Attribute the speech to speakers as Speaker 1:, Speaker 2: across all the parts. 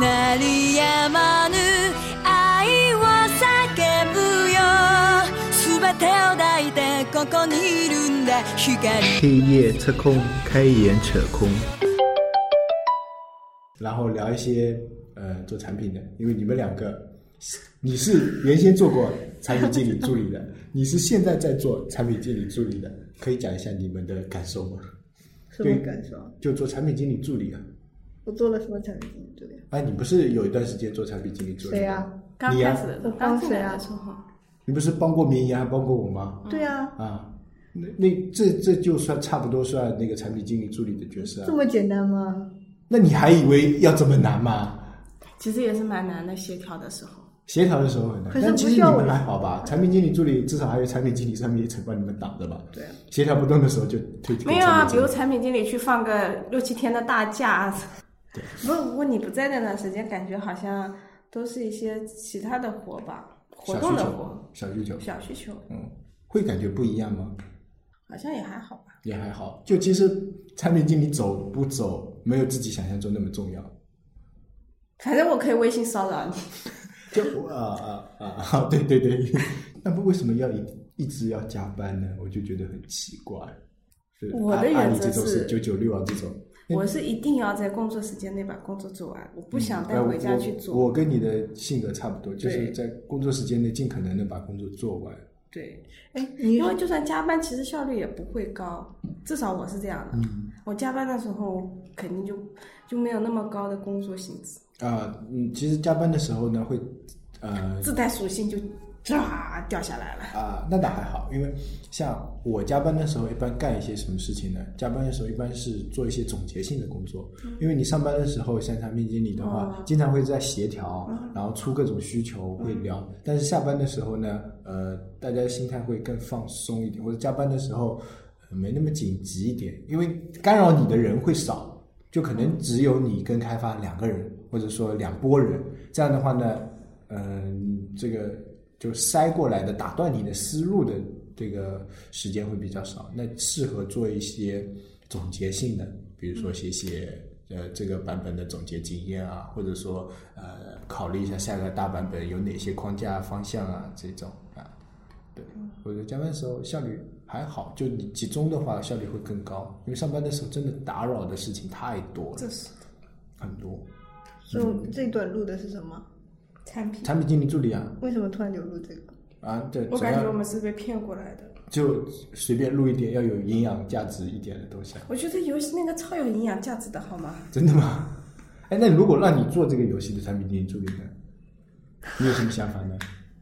Speaker 1: 鳴りやまぬ愛を叫ぶよ全てを抱いてここにいるんだ光
Speaker 2: 黑夜测控，开眼扯空。
Speaker 3: 然后聊一些呃做产品的，因为你们两个，你是原先做过产品经理助理的，你是现在在做产品经理助理的，可以讲一下你们的感受吗？
Speaker 4: 什么感受？啊
Speaker 3: 就做产品经理助理啊，
Speaker 4: 我做了什么产品经理助理？
Speaker 3: 哎，你不是有一段时间做产品经理助理？
Speaker 4: 谁啊呀、？
Speaker 5: 刚
Speaker 3: 你呀
Speaker 5: 开始的时
Speaker 4: 我
Speaker 5: 候，刚
Speaker 4: 帮
Speaker 5: 进
Speaker 4: 谁
Speaker 5: 来
Speaker 4: 啊
Speaker 5: 的时候，
Speaker 3: 你不是帮过绵羊，还帮过我吗？
Speaker 4: 对呀、
Speaker 3: 啊，那那这这就算差不多算那个产品经理助理的角色
Speaker 4: 这
Speaker 3: 啊。
Speaker 4: 么简单吗？
Speaker 3: 那你还以为要这么难吗？
Speaker 5: 其实也是蛮难的，协调的时候。
Speaker 3: 协调的时候很难，
Speaker 4: 可是
Speaker 3: 但
Speaker 4: 不
Speaker 3: 其实你
Speaker 4: 需要我
Speaker 3: 们还好吧？产品经理助理至少还有产品经理上面一层帮你们挡着吧？
Speaker 4: 对啊，
Speaker 3: 协调不动的时候就推给
Speaker 5: 没有啊，
Speaker 3: 产品
Speaker 5: 比
Speaker 3: 经理
Speaker 5: 如产品经理去放个六七天的大假，啊 不过不过你不在那段时间，感觉好像都是一些其他的活吧，活
Speaker 3: 小
Speaker 5: 动
Speaker 3: 需
Speaker 5: 的
Speaker 3: 求
Speaker 5: 活，，
Speaker 3: 小需求，
Speaker 5: 小需求，
Speaker 3: 嗯，会感觉不一样吗？
Speaker 5: 好像也还好吧。
Speaker 3: 也还好，就其实产品经理走不走，没有自己想象中那么重要。
Speaker 5: 反正我可以微信骚扰你，
Speaker 3: 就我啊啊啊！对对对， 那么为什么要一一直要加班呢？我就觉得很奇怪。是
Speaker 5: 我的
Speaker 3: 按按
Speaker 5: 原
Speaker 3: 你
Speaker 5: 则
Speaker 3: 这种
Speaker 5: 是
Speaker 3: 九九六啊这种，
Speaker 5: 我是一定要在工作时间内把工作做完，我不想带
Speaker 3: 呃
Speaker 5: 回家去
Speaker 3: 我。
Speaker 5: 做。
Speaker 3: 我跟你的性格差不多，就是
Speaker 5: 对
Speaker 3: 在工作时间内尽可能的把工作做完。
Speaker 5: 对，
Speaker 4: 哎，你
Speaker 5: 因为就算加班，其实效率也不会高，至少我是这样的。我加班的时候肯定就就没有那么高的工作性质，
Speaker 3: 啊、嗯，其实加班的时候呢，会呃
Speaker 5: 自带属性就唰掉下来了。
Speaker 3: 啊、那倒还好，因为像我加班的时候，一般干一些什么事情呢？加班的时候一般是做一些总结性的工作，因为你上班的时候，像产品经理的话，经常会在协调，然后出各种需求会聊。但是下班的时候呢，呃，大家心态会更放松一点，或者加班的时候、呃没那么紧急一点，因为干扰你的人会少，就可能只有你跟开发两个人，或者说两拨人。这样的话呢，嗯、这个就塞过来的打断你的思路的这个时间会比较少，那适合做一些总结性的，比如说写写。呃，这个版本的总结经验啊，或者说呃，考虑一下下个大版本有哪些框架、方向啊，这种啊，对，我觉得加班的时候效率还好，就你集中的话效率会更高，因为上班的时候真的打扰的事情太多了，
Speaker 5: 是
Speaker 3: 很多。
Speaker 4: 所以我这一段录的是什么？
Speaker 5: 产品，
Speaker 3: 产品经理助理啊
Speaker 4: 为什么突然就录这个？
Speaker 3: 啊，对，
Speaker 5: 我
Speaker 3: 只
Speaker 5: 感觉我
Speaker 3: 要
Speaker 5: 们是被骗过来的。
Speaker 3: 就随便录一点要有营养价值一点的东西啊，
Speaker 5: 我觉得游戏那个超有营养价值的，好 吗？
Speaker 3: 真的吗？ 哎，那如果让你做这个游戏的产品经理助理呢，你有什么想法呢？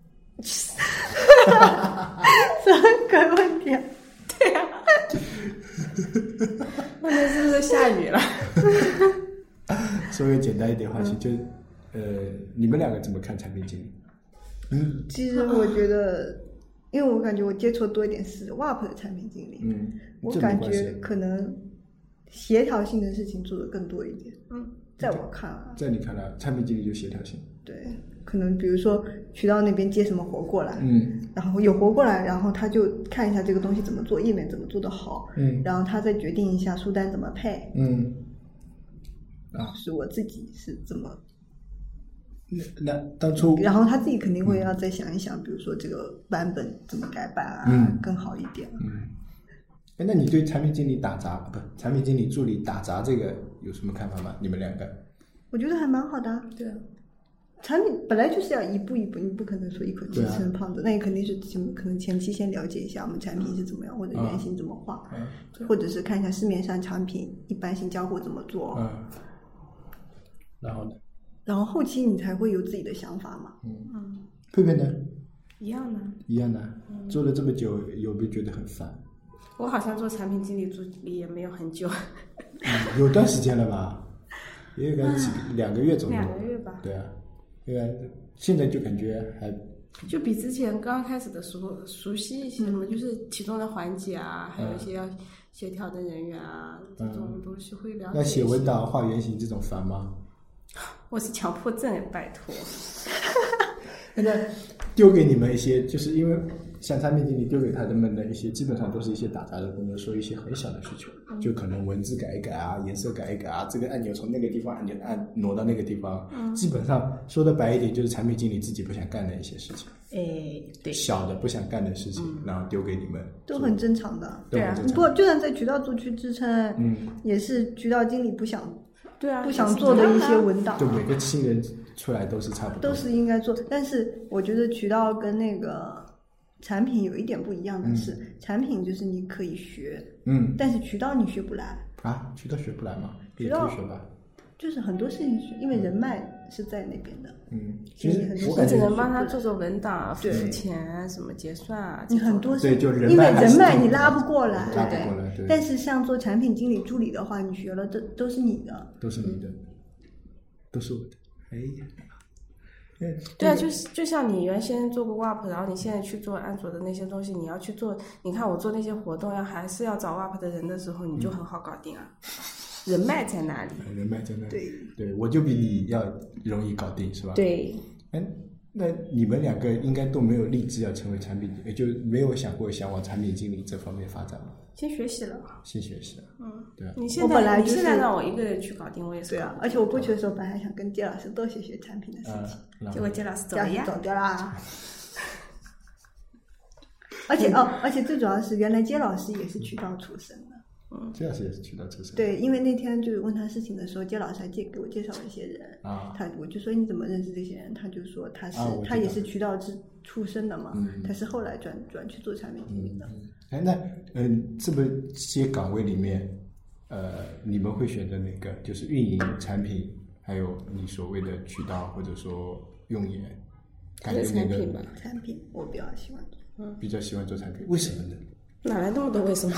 Speaker 4: 什么鬼问题啊？
Speaker 5: 外面是不是下雨了？
Speaker 3: 稍微简单一点的话
Speaker 4: 嗯
Speaker 3: 题，就呃，你们两个怎么看产品经理？嗯
Speaker 4: 其实我觉得，因为我感觉我接触的多一点是 WAP 的产品经理，
Speaker 3: 嗯，
Speaker 4: 我
Speaker 3: 这没
Speaker 4: 感
Speaker 3: 关
Speaker 4: 觉
Speaker 3: 系，
Speaker 4: 可能协调性的事情做的更多一点。
Speaker 5: 嗯，
Speaker 4: 在我看来，
Speaker 3: 在你看来，产品经理就协调性，
Speaker 4: 对，可能比如说渠道那边接什么活过来，
Speaker 3: 嗯。
Speaker 4: 然后有活过来，然后他就看一下这个东西怎么做，页面怎么做的好，
Speaker 3: 嗯
Speaker 4: 然后他再决定一下书单怎么配。
Speaker 3: 嗯，啊，
Speaker 4: 是我自己是怎么，
Speaker 3: 那那当初
Speaker 4: 然后他自己肯定会要再想一想，比如说这个版本怎么改版啊，
Speaker 3: 嗯
Speaker 4: 更好一点。
Speaker 3: 哎，那你对产品经理打杂不产品经理助理打杂这个有什么看法吗？你们两个？
Speaker 4: 我觉得还蛮好的、啊。
Speaker 5: 对啊，
Speaker 4: 产品本来就是要一步一步，你不可能说一口气
Speaker 3: 对啊
Speaker 4: 吃成胖子，那你肯定是前可能前期先了解一下我们产品是怎么样，或者
Speaker 3: 啊
Speaker 4: 原型怎么画，
Speaker 3: 嗯
Speaker 4: 或者是看一下市面上产品一般性交互怎么做，
Speaker 3: 嗯，然后呢？
Speaker 4: 然后后期你才会有自己的想法嘛。
Speaker 3: 佩佩呢？
Speaker 5: 一样的。
Speaker 3: 一样的，做了这么久，有没有觉得很烦？
Speaker 5: 我好像做产品经理助理也没有很久，
Speaker 3: 有段时间了吧？也有个几个两个月左右。
Speaker 5: 啊两个月吧，
Speaker 3: 对啊，对啊，现在就感觉还
Speaker 5: 就比之前刚开始的时候熟悉一
Speaker 3: 嗯
Speaker 5: 些什么，就是其中的环节啊，还有一些要协调的人员啊，这种东西会了解。
Speaker 3: 那嗯写文，档、画原型这种烦吗？
Speaker 5: 我是强哎迫症，拜托。
Speaker 3: 现在丢给你们一些，就是因为像产品经理丢给他们的一些，基本上都是一些打杂的工作，说一些很小的需求，就可能文字改一改啊，颜色改一改啊，这个按钮从那个地方按钮按挪到那个地方，基本上说的白一点，就是产品经理自己不想干的一些事情，
Speaker 6: 哎，对，
Speaker 3: 小的不想干的事情，然后丢给你们，
Speaker 4: 都很正常的。
Speaker 3: 对
Speaker 6: 啊
Speaker 4: 你不，就算在渠道做去支撑，啊
Speaker 3: 嗯，
Speaker 4: 也是渠道经理不想
Speaker 5: 对啊，
Speaker 4: 不想做的一些文档
Speaker 3: 对，每个新人出来都是差不多，
Speaker 4: 都是应该做。但是我觉得渠道跟那个产品有一点不一样的是，产品就是你可以学，
Speaker 3: 嗯
Speaker 4: 但是渠道你学不来，
Speaker 3: 啊，渠道学不来嘛，也
Speaker 4: 渠
Speaker 3: 可
Speaker 4: 道
Speaker 3: 以学吧，
Speaker 4: 就是很多事情学，因为人脉是在那边的。
Speaker 3: 嗯，其实我
Speaker 5: 你
Speaker 3: 感
Speaker 5: 只
Speaker 3: 觉
Speaker 5: 能帮他做做文档啊、付
Speaker 4: 对
Speaker 5: 付钱啊、什么结算啊，
Speaker 4: 你很多
Speaker 3: 对
Speaker 4: 事
Speaker 3: 就人
Speaker 4: 因为
Speaker 3: 脉还
Speaker 4: 人
Speaker 3: 是
Speaker 4: 脉
Speaker 3: 挺
Speaker 4: 你拉
Speaker 3: 重
Speaker 4: 不过来，
Speaker 3: 拉不过来对
Speaker 4: 但是像做产品经理助理的话，你学了都都是你的，
Speaker 3: 都是你的，都是我的，哎呀，
Speaker 5: 对啊，就是就像你原先做过 WAP，然后你现在去做安卓的那些东西，你要去做，你看我做那些活动要还是要找 WAP 的人的时候，你就很好搞定啊，人脉在哪里？
Speaker 3: 人脉真的
Speaker 4: 对，
Speaker 3: 对我就比你要容易搞定是吧？，
Speaker 5: 对，
Speaker 3: 哎，那你们两个应该都没有立志要成为产品，也就没有想过想往产品经理这方面发展吗？
Speaker 5: 先学习了。
Speaker 3: 新学习啊，嗯，对啊，
Speaker 5: 你现
Speaker 4: 我
Speaker 5: 在
Speaker 4: 本来
Speaker 5: 你
Speaker 4: 就是
Speaker 5: 现在让我一个人去搞定，我也是
Speaker 4: 对
Speaker 5: 搞
Speaker 4: 啊
Speaker 5: 不。定。
Speaker 4: 而且我过去的时候，本来还想跟杰老师多学学产品的事
Speaker 3: 嗯
Speaker 4: 情，，
Speaker 3: 然
Speaker 5: 结
Speaker 3: 后
Speaker 5: 果杰老师走
Speaker 4: 杰老
Speaker 5: 了
Speaker 4: 师
Speaker 5: 呀。
Speaker 4: 走 掉啦。而且哦，而且最主要是，原来杰老师也是渠道出身的。
Speaker 3: 这样是也是渠道出身，
Speaker 4: 对，因为那天就是问他事情的时候，杰老师还介给我介绍了一些人，
Speaker 3: 啊，
Speaker 4: 他我就说你怎么认识这些人？他就说他是、
Speaker 3: 啊我知
Speaker 4: 他也
Speaker 3: 道
Speaker 4: 是渠道之出身的嘛，
Speaker 3: 嗯
Speaker 4: 他是后来转转去做产品经理的。
Speaker 3: 哎，那嗯，这么些岗位里面，呃，你们会选择哪个？就是运营、产品，还有你所谓的渠道或者说用眼，感觉
Speaker 5: 是
Speaker 3: 哪
Speaker 5: 产品吧
Speaker 3: 个
Speaker 4: 产品我比较喜欢做，
Speaker 3: 比较喜欢做产品？为什么呢？
Speaker 5: 哪来那么多为什么？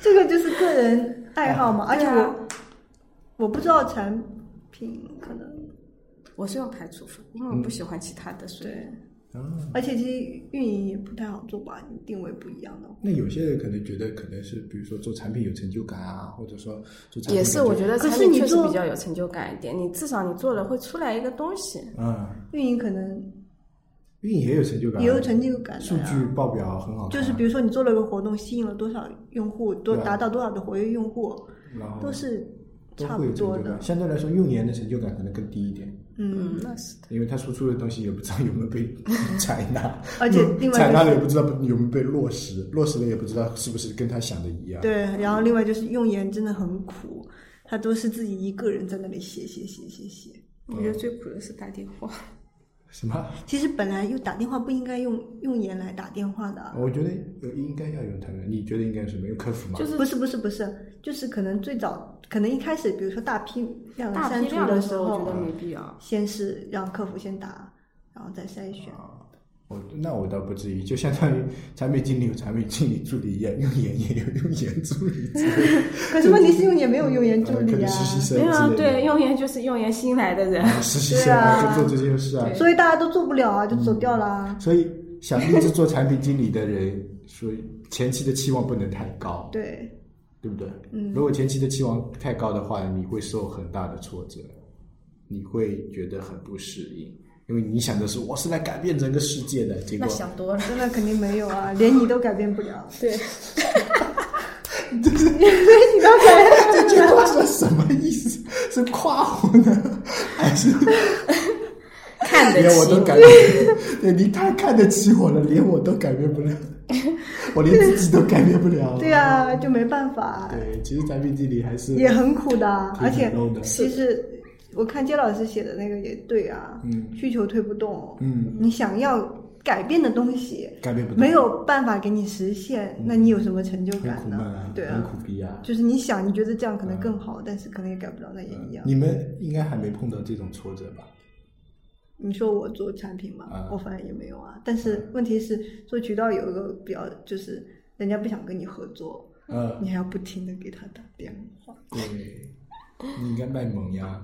Speaker 4: 这个就是个人爱好嘛，而且
Speaker 5: 对
Speaker 4: 我、
Speaker 5: 啊
Speaker 4: 我不知道产品可能
Speaker 5: 我是用排除法，因为我不喜欢其他的，所以
Speaker 4: 对，
Speaker 3: 啊，
Speaker 4: 而且其实运营也不太好做吧，你定位不一样的。
Speaker 3: 那有些人可能觉得可能是，比如说做产品有成就感啊，或者说做产品
Speaker 5: 也是我觉得
Speaker 4: 可
Speaker 5: 产
Speaker 4: 是
Speaker 5: 品
Speaker 4: 你
Speaker 5: 确实
Speaker 4: 做
Speaker 5: 比较有成就感一点。你至少你做了会出来一个东西，
Speaker 3: 得，嗯，
Speaker 4: 运营可能
Speaker 3: 运营也有成就感啊，
Speaker 4: 也有成就感
Speaker 3: 数
Speaker 4: 的
Speaker 3: 据
Speaker 4: 呀。
Speaker 3: 报表很好看啊，
Speaker 4: 就是比如说你做了个活动，吸引了多少用户，多
Speaker 3: 对啊
Speaker 4: 达到多少的活跃用户，
Speaker 3: 然后
Speaker 4: 都是
Speaker 3: 都
Speaker 4: 差
Speaker 3: 会
Speaker 4: 不
Speaker 3: 有成
Speaker 4: 多
Speaker 3: 就
Speaker 4: 的
Speaker 3: 感，。相对来说，用研的成就感可能更低一点。
Speaker 4: 嗯，
Speaker 5: 那是的。
Speaker 3: 因为他输出的东西也不知道有没有 被采纳，嗯
Speaker 4: 而且另外就是
Speaker 3: 采纳了也不知道有没有被落实，落实了也不知道是不是跟他想的一样。
Speaker 4: 对。然后另外就是用研真的很苦，他都是自己一个人在那里写写写写写。
Speaker 5: 嗯我觉得最苦的是打电话。
Speaker 3: 什么？
Speaker 4: 其实本来又打电话不应该用用研来打电话的啊，
Speaker 3: 我觉得有应该要用他们，你觉得应该是没有客服吗？
Speaker 5: 就是
Speaker 4: 不是不是不是，就是可能最早可能一开始，比如说大批量
Speaker 5: 大
Speaker 4: 删
Speaker 5: 批
Speaker 4: 除
Speaker 5: 量
Speaker 4: 的
Speaker 5: 时候，我嗯觉得
Speaker 4: 候，
Speaker 5: 没必要。
Speaker 4: 先是让客服先打，然后再筛选。
Speaker 3: 啊我那我倒不至于，就相当于产品经理有产品经理助理一样，用研也有用研助理之类的，
Speaker 4: 可是问题是用研没有用研助
Speaker 3: 呃可
Speaker 4: 理
Speaker 3: 能
Speaker 4: 啊，
Speaker 3: 实习生
Speaker 5: 没有啊
Speaker 3: 之，类的
Speaker 5: 对，用研就是用研新来的人，
Speaker 3: 实习生啊，就做这些事啊。
Speaker 4: 所以大家都做不了啊，就走掉了啊。
Speaker 3: 所以想立志做产品经理的人，所以前期的期望不能太高。
Speaker 4: 对，
Speaker 3: 对不对？嗯，如果前期的期望太高的话，你会受很大的挫折，你会觉得很不适应，因为你想的是我是来改变整个世界的，结果
Speaker 6: 那想多了。
Speaker 4: 那肯定没有啊，连你都改变不了。
Speaker 5: 对，
Speaker 4: 你都改变不了
Speaker 3: 哎这句话是什么意思？ 是夸我呢，还 是
Speaker 5: 看得
Speaker 3: 连我
Speaker 5: 起
Speaker 3: 都改变不了？对，你太看得起我了，连我都改变不了，我连自己都改变不了。
Speaker 4: 对啊，就没办法，
Speaker 3: 对，其实产品经理还是
Speaker 4: 也很苦的啊，
Speaker 3: 挺
Speaker 4: 而且
Speaker 3: 挺 low 的
Speaker 4: 其实我看姜老师写的那个也对啊，
Speaker 3: 嗯
Speaker 4: 需求推不动，
Speaker 3: 嗯，
Speaker 4: 你想要改变的东西
Speaker 3: 改变不了
Speaker 4: 没有办法给你实现，那你有什么成就
Speaker 3: 很
Speaker 4: 感
Speaker 3: 苦闷嗯
Speaker 4: 呢
Speaker 3: 啊？，
Speaker 4: 对
Speaker 3: 很
Speaker 4: 啊
Speaker 3: 苦，逼啊。
Speaker 4: 就是你想你觉得这样可能更好，但是可能也改不了，那也一
Speaker 3: 呃
Speaker 4: 样。
Speaker 3: 你们应该还没碰到这种挫折吧？
Speaker 4: 你说我做产品嘛，
Speaker 3: 嗯
Speaker 4: 我反正也没有啊。但是问题是，做渠道有一个比较，就是人家不想跟你合作，
Speaker 3: 嗯，
Speaker 4: 你还要不停的给他打电话，
Speaker 3: 对，你应该卖萌呀，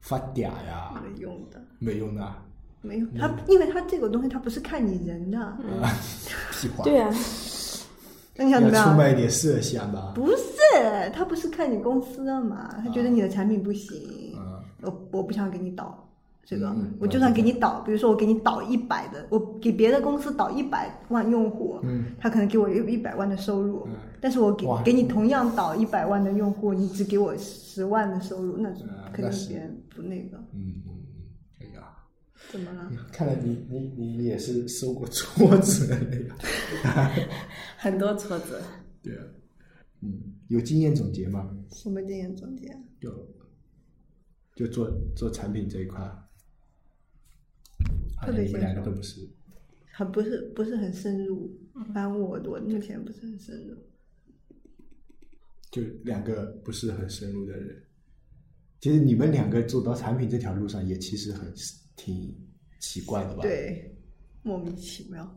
Speaker 3: 发嗲呀，
Speaker 4: 没用的。
Speaker 3: 没用的啊，
Speaker 4: 没有，他因为他这个东西，他不是看你人的，
Speaker 3: 屁话。
Speaker 5: 对啊，
Speaker 4: 那你想
Speaker 3: 嗯要
Speaker 4: 怎么
Speaker 3: 出
Speaker 4: 样？
Speaker 3: 卖一点色相吧。
Speaker 4: 不是，他不是看你公司的嘛，他觉得你的产品不行，
Speaker 3: 嗯，
Speaker 4: 我我不想给你导这个
Speaker 3: 嗯
Speaker 4: 我就算给你导，比如说我给你导一百的，我给别的公司导一百万用户，
Speaker 3: 嗯
Speaker 4: 他可能给我一一百万的收入，
Speaker 3: 嗯
Speaker 4: 但是我给
Speaker 3: 哇
Speaker 4: 给你同样导一百万的用户，你只给我十万的收入，那
Speaker 3: 嗯
Speaker 4: 肯
Speaker 3: 那
Speaker 4: 定
Speaker 3: 是
Speaker 4: 别人不那个，
Speaker 3: 嗯嗯嗯，可以啊。
Speaker 4: 怎么了？
Speaker 3: 看来你你你也是受过挫折的那个。
Speaker 5: 很多挫折。
Speaker 3: 对啊，嗯，有经验总结吗？
Speaker 4: 什么经验总结？
Speaker 3: 就就做做产品这一块，好
Speaker 4: 特
Speaker 3: 像
Speaker 4: 别
Speaker 3: 你们
Speaker 4: 先
Speaker 3: 两个
Speaker 4: 说
Speaker 3: 都不是。
Speaker 4: 很不是不是很深入，
Speaker 5: 嗯
Speaker 4: 反正我我目前不是很深入。
Speaker 3: 就两个不是很深入的人。其实你们两个走到产品这条路上，也其实很挺奇怪的吧？，
Speaker 4: 对，莫名其妙，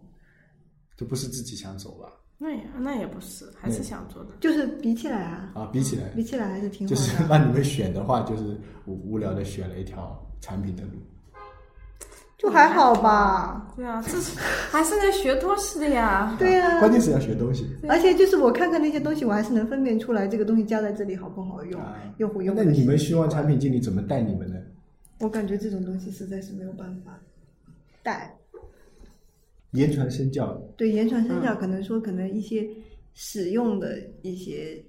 Speaker 3: 都不是自己想走吧？
Speaker 5: 那也那也不是，还是
Speaker 3: 嗯
Speaker 5: 想做的。
Speaker 4: 就是比起来啊，
Speaker 3: 啊，比起来，
Speaker 4: 比起来还是挺好
Speaker 3: 就是
Speaker 4: 的。啊
Speaker 3: 让你们选的话，就是无无聊的选了一条产品的路。
Speaker 4: 就还好吧。
Speaker 5: 对啊，这是还是在学东西的呀。
Speaker 4: 对呀、
Speaker 3: 关键是要学东西。
Speaker 4: 而且就是我看看那些东西，我还是能分辨出来这个东西加在这里好不好用，
Speaker 3: 啊
Speaker 4: 用户用
Speaker 3: 那
Speaker 4: 不
Speaker 3: 你
Speaker 4: 用。
Speaker 3: 们希望产品经理怎么带你们呢？
Speaker 4: 我感觉这种东西实在是没有办法带。
Speaker 3: 言传身教，
Speaker 4: 对，言传
Speaker 3: 嗯
Speaker 4: 身教可能说，可能一些使用的一些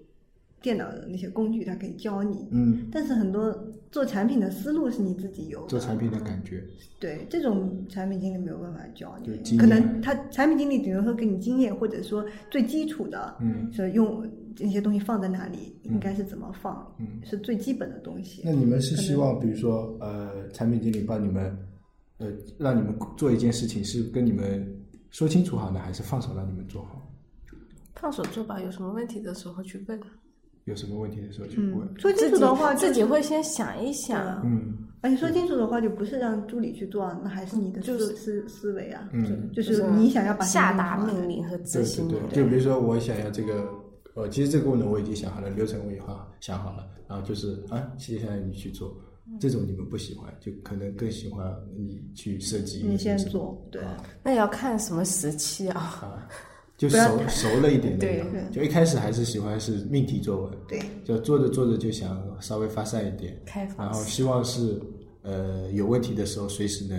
Speaker 4: 电脑的那些工具，它可以教你，
Speaker 3: 嗯，
Speaker 4: 但是很多做产品的思路是你自己有的。
Speaker 3: 做产品的感觉，
Speaker 4: 对，这种产品经理没有办法教
Speaker 3: 对
Speaker 4: 你，
Speaker 3: 经
Speaker 4: 可
Speaker 3: 验
Speaker 4: 能他产品经理顶多说给你经验，或者说最基础的，
Speaker 3: 嗯
Speaker 4: 说用这些东西放在哪里，应该是怎么放，
Speaker 3: 嗯。
Speaker 4: 是最基本的东西。
Speaker 3: 那你们是希望，比如说，呃，产品经理帮你们，呃，让你们做一件事情，是跟你们说清楚好呢，还是放手让你们做好？
Speaker 5: 放手做吧，有什么问题的时候去问。
Speaker 3: 有什么问题的时候去问
Speaker 4: 嗯，。说
Speaker 5: 自
Speaker 4: 清楚
Speaker 5: 己
Speaker 4: 的话就
Speaker 5: 自
Speaker 4: 是，
Speaker 5: 己啊会先想一想。
Speaker 3: 嗯
Speaker 4: 而哎且说清楚的话就不是让助理去做啊，那还是你
Speaker 5: 嗯
Speaker 4: 的思思思维啊，
Speaker 3: 嗯，
Speaker 4: 就是你想要把
Speaker 5: 下
Speaker 4: 它
Speaker 5: 达
Speaker 4: 弄好
Speaker 5: 命令和
Speaker 3: 对
Speaker 5: 执行
Speaker 3: 对
Speaker 5: 命
Speaker 3: 对，就
Speaker 5: 令。
Speaker 3: 比如说我想要这个，呃，其实这个功能我已经想好了，流程我也好想好了，然后就是啊，接下来你去做。
Speaker 4: 嗯
Speaker 3: 这种你们不喜欢，就可能更喜欢你去设计。
Speaker 4: 你先做，对，
Speaker 3: 啊
Speaker 5: 那也要看什么时期啊。
Speaker 3: 啊，就
Speaker 4: 不要
Speaker 3: 熟熟了一点那
Speaker 5: 对
Speaker 3: 种。就一开始还是喜欢是命题作文，
Speaker 4: 对，
Speaker 3: 就做着做着就想稍微发散一点，
Speaker 5: 开放
Speaker 3: 然后希望是呃有问题的时候随时能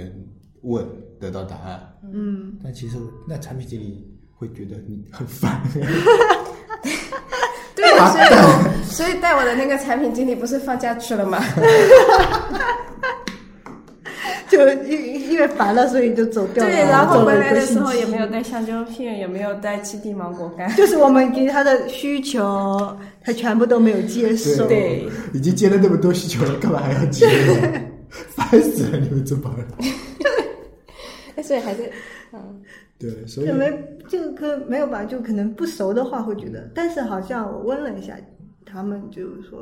Speaker 3: 问得到答案。
Speaker 4: 嗯，
Speaker 3: 但其实那产品经理会觉得你很烦，
Speaker 5: 对，所以
Speaker 4: 啊
Speaker 5: 我所以带我的那个产品经理不是放假去了吗？
Speaker 4: 就因因为烦了，所以 就走掉了。
Speaker 5: 对，然
Speaker 4: 走
Speaker 5: 后
Speaker 4: 了
Speaker 5: 回
Speaker 4: 一
Speaker 5: 来
Speaker 4: 个
Speaker 5: 的时
Speaker 4: 星
Speaker 5: 候
Speaker 4: 期
Speaker 5: 也没有带香蕉片，也没有带七地芒果干。
Speaker 4: 就是我们给他的需求，他全部都没有接受。
Speaker 5: 对，
Speaker 3: 已经接了那么多需求了，干嘛还要接呢？烦死了你们这帮人。
Speaker 5: 哎所以还是嗯，
Speaker 3: 对，所以
Speaker 4: 可能就可没有吧，就可能不熟的话会觉得，但是好像我问了一下，他们就是说，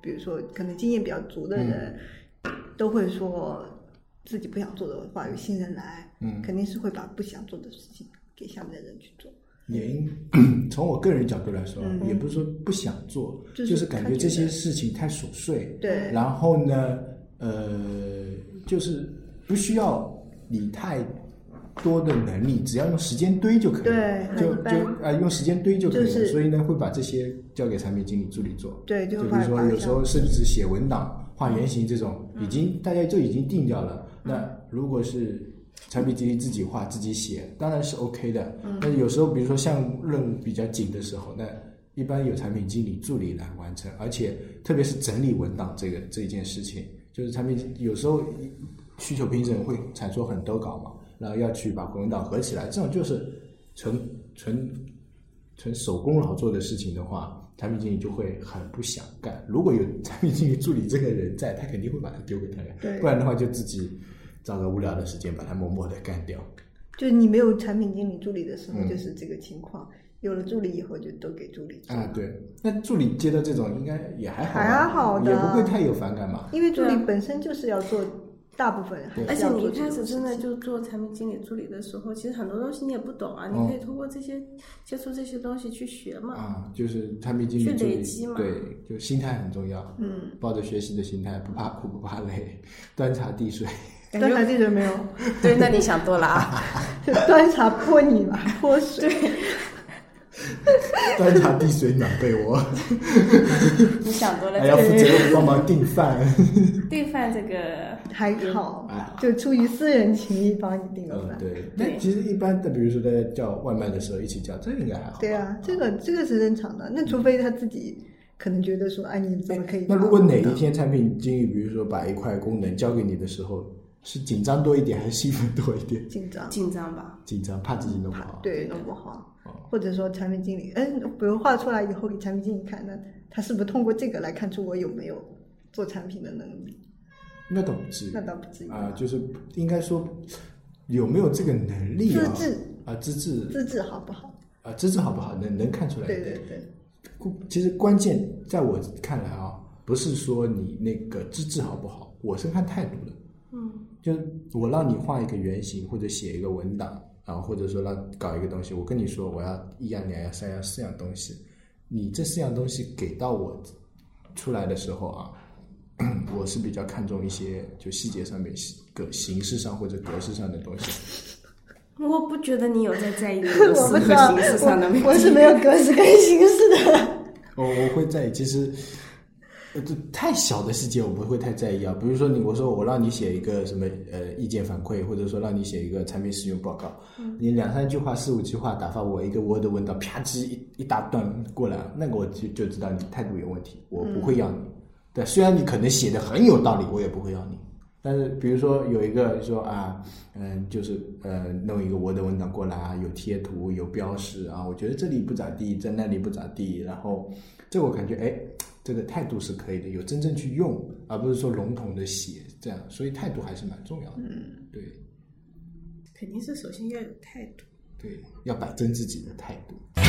Speaker 4: 比如说可能经验比较足的
Speaker 3: 嗯
Speaker 4: 人，都会说自己不想做的话，有新人来，
Speaker 3: 嗯
Speaker 4: 肯定是会把不想做的事情给下面的人去做。
Speaker 3: 也应 从我个人角度来说，啊，也不是说不想做，
Speaker 4: 就
Speaker 3: 就是是感
Speaker 4: 他
Speaker 3: 觉
Speaker 4: 觉
Speaker 3: 这些
Speaker 4: 得
Speaker 3: 事情太琐碎。
Speaker 4: 对
Speaker 3: 然后呢，呃，就是不需要你太多的能力，只要用时间堆就可以了。
Speaker 4: 对
Speaker 3: 就
Speaker 4: 很一般
Speaker 3: 就啊、用时间堆就可以了。
Speaker 4: 就是
Speaker 3: 所以呢，会把这些交给产品经理助理做。
Speaker 4: 对就
Speaker 3: 就比
Speaker 4: 把
Speaker 3: 如说
Speaker 4: 把
Speaker 3: 有时
Speaker 4: 像
Speaker 3: 候甚至写文档、画原型这种，
Speaker 4: 嗯
Speaker 3: 已经大家就已经定掉了。那如果是产品经理自己画、自己写，当然是 OK 的。
Speaker 4: 嗯
Speaker 3: 但是有时候，比如说像任务比较紧的时候，那一般有产品经理助理来完成，而且特别是整理文档这个这一件事情，就是产品有时候需求评审会产出很多稿嘛，然后要去把文档合起来，这种就是纯纯纯手工劳做的事情的话，产品经理就会很不想干。如果有产品经理助理这个人在，他肯定会把它丢给他
Speaker 4: 对
Speaker 3: 不然的话就自己找个无聊的时间把它默默的干掉。
Speaker 4: 就是你没有产品经理助理的时候，
Speaker 3: 嗯
Speaker 4: 就是这个情况；有了助理以后，就都给助理做。
Speaker 3: 啊，对，那助理接到这种应该也还好吧，啊
Speaker 4: 还好的
Speaker 3: 也不会太有反感吧？
Speaker 4: 因为助理
Speaker 5: 对啊
Speaker 4: 本身就是要做大部分，还
Speaker 5: 而
Speaker 4: 是
Speaker 5: 且
Speaker 4: 要
Speaker 5: 你
Speaker 4: 做
Speaker 5: 一
Speaker 4: 这
Speaker 5: 开始
Speaker 4: 种
Speaker 5: 真
Speaker 4: 事
Speaker 5: 的
Speaker 4: 情
Speaker 5: 就做产品经理助理的时候，其实很多东西你也不懂啊，你
Speaker 4: 嗯
Speaker 5: 可以通过这些接触这些东西去学嘛。
Speaker 3: 啊，就是产品经理
Speaker 5: 去
Speaker 3: 助
Speaker 5: 累积
Speaker 3: 理
Speaker 5: 嘛，
Speaker 3: 对，就心态很重要。嗯，抱着学习的心态，不怕苦不怕累， 端茶递水。
Speaker 4: 端茶递水没有，
Speaker 5: 对，那你想多了啊。
Speaker 4: 就端茶泼你嘛，泼水。
Speaker 3: 端茶递水暖被窝，
Speaker 5: 你想多了。
Speaker 3: 还要负责任帮忙订饭。
Speaker 4: 嗯
Speaker 5: 订饭这个，
Speaker 4: 还好
Speaker 3: 还哎好，
Speaker 4: 就出于私人情谊帮你订了
Speaker 3: 嗯，
Speaker 4: 饭。
Speaker 3: 对。但其实一般的，比如说大家叫外卖的时候一起叫，这个应该还好吧。
Speaker 4: 对啊，这个这个是正常的。那除非他自己可能觉得说，哎，你怎么可以？
Speaker 3: 嗯那如果
Speaker 4: 嗯
Speaker 3: 哪一天产品经理，比如说把一块功能交给你的时候，是紧张多一点还是兴奋多一点？
Speaker 4: 紧张，
Speaker 5: 紧张吧？
Speaker 3: 紧张，怕自己弄不好。嗯
Speaker 4: 对，弄不好，或者说产品经理，嗯，比如画出来以后给产品经理看，那他是不是通过这个来看出我有没有做产品的能力？
Speaker 3: 那倒不至于。
Speaker 4: 那倒不至于
Speaker 3: 啊、就是应该说有没有这个能力啊？
Speaker 4: 资质
Speaker 3: 啊，资质
Speaker 4: 资质好不好？
Speaker 3: 啊，资质好不好，能能看出来。
Speaker 4: 对对对，
Speaker 3: 其实关键在我看来啊，不是说你那个资质好不好，我是看态度的。
Speaker 5: 嗯，
Speaker 3: 就是我让你画一个原型或者写一个文档啊，或者说让搞一个东西，我跟你说我要一样、两样、三样、四样东西，你这四样东西给到我出来的时候啊， 我是比较看重一些就细节上面、格形式上或者格式上的东西。
Speaker 5: 我不觉得你有在在 意我
Speaker 4: 我不知道，
Speaker 5: 形式上的问题
Speaker 4: 我我是没有格式跟形式的。
Speaker 3: 我哦我会在意，其实，呃，这太小的细节我不会太在意啊。比如说你，我说我让你写一个什么呃意见反馈，或者说让你写一个产品使用报告，你两三句话、四五句话打发我一个 Word 文档，啪叽一一大段过来，啊那个我就就知道你态度有问题，我不会要你。对，虽然你可能写的很有道理，我也不会要你。但是比如说有一个说啊，嗯，就是呃，弄一个我的文档过来啊，有贴图，有标识啊，我觉得这里不咋地，在那里不咋地，然后这我感觉哎，这个态度是可以的，有真正去用，而不是说笼统的写这样，所以态度还是蛮重要的。嗯，对
Speaker 5: 肯定是首先要有态度。
Speaker 3: 对，要摆正自己的态度。